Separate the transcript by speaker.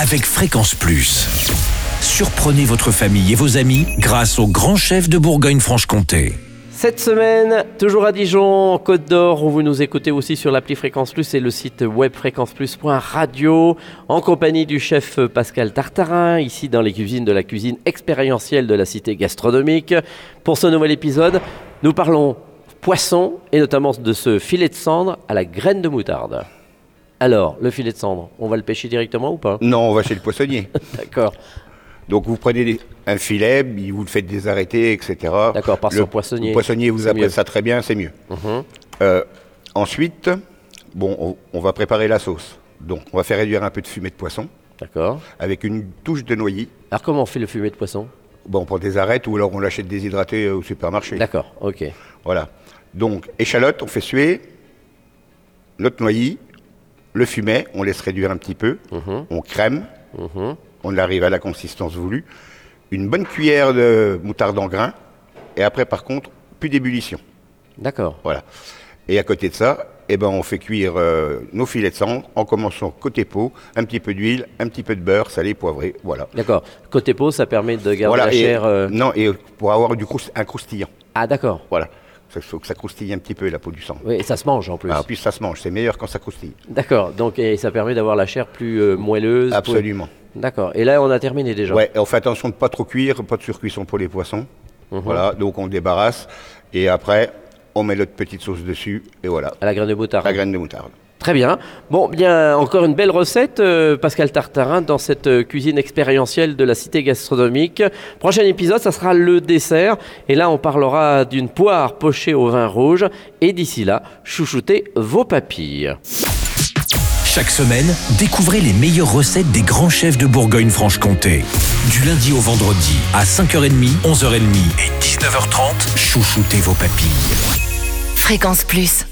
Speaker 1: avec Fréquence Plus. Surprenez votre famille et vos amis grâce au grand chef de Bourgogne-Franche-Comté.
Speaker 2: Cette semaine, toujours à Dijon, en Côte d'Or, où vous nous écoutez aussi sur l'appli Fréquence Plus et le site web fréquenceplus.radio, en compagnie du chef Pascal Tartarin, ici dans les cuisines de la cuisine expérientielle de la cité gastronomique. Pour ce nouvel épisode, nous parlons poisson et notamment de ce filet de cendre à la graine de moutarde. Alors, le filet de cendre, on va le pêcher directement ou pas
Speaker 3: Non, on va chez le poissonnier.
Speaker 2: D'accord,
Speaker 3: Donc vous prenez des- un filet, il- vous le faites désarrêter, etc.
Speaker 2: D'accord, par
Speaker 3: le,
Speaker 2: son poissonnier.
Speaker 3: Le poissonnier vous
Speaker 2: C'est mieux. Mhm.
Speaker 3: apprête ça très bien, c'est mieux. Euh, ensuite, bon, on, on va préparer la sauce. Donc on va faire réduire un peu de fumée de poisson
Speaker 2: d'accord.
Speaker 3: avec une touche de noyau.
Speaker 2: Alors, comment on fait le fumet de poisson
Speaker 3: Bon, on prend des arêtes ou alors on l'achète déshydraté euh, au supermarché.
Speaker 2: D'accord, ok.
Speaker 3: Voilà. Donc échalote, on fait suer. Notre noyau, le fumet, on laisse réduire un petit peu.
Speaker 2: Mhm.
Speaker 3: On crème. On arrive à la consistance voulue. Une bonne cuillère de moutarde en grain. Et après, par contre, plus d'ébullition.
Speaker 2: D'accord.
Speaker 3: Voilà. Et à côté de ça, eh ben, on fait cuire euh, nos filets de cendre en commençant côté peau, un petit peu d'huile, un petit peu de beurre salé, poivré. Voilà.
Speaker 2: D'accord. Côté peau, ça permet de garder
Speaker 3: voilà
Speaker 2: la
Speaker 3: et-
Speaker 2: chair. euh,
Speaker 3: Non, et pour avoir du croust- un croustillant.
Speaker 2: Ah, d'accord.
Speaker 3: Voilà. Il faut que ça croustille un petit peu la peau du cendre.
Speaker 2: Oui, et ça se mange en plus.
Speaker 3: Ah, puis ça se mange, c'est meilleur quand ça croustille.
Speaker 2: D'accord. Donc, et ça permet d'avoir la chair plus euh, moelleuse.
Speaker 3: Absolument.
Speaker 2: plus- D'accord. Et là, on a terminé déjà.
Speaker 3: Ouais, et on fait attention de pas trop cuire, pas de surcuisson pour les poissons. Voilà, donc on débarrasse et après on met notre petite sauce dessus et voilà,
Speaker 2: À la graine de moutarde.
Speaker 3: la graine de moutarde.
Speaker 2: Très bien. Bon, bien, encore une belle recette, euh, Pascal Tartarin, dans cette euh, cuisine expérientielle de la cité gastronomique. Prochain épisode, ça sera le dessert. Et là, on parlera d'une poire pochée au vin rouge. Et d'ici là, chouchoutez vos papilles.
Speaker 1: Chaque semaine, découvrez les meilleures recettes des grands chefs de Bourgogne-Franche-Comté. Du lundi au vendredi, à 5h30, 11h30 et 19h30, chouchoutez vos papilles.
Speaker 4: Fréquence Plus.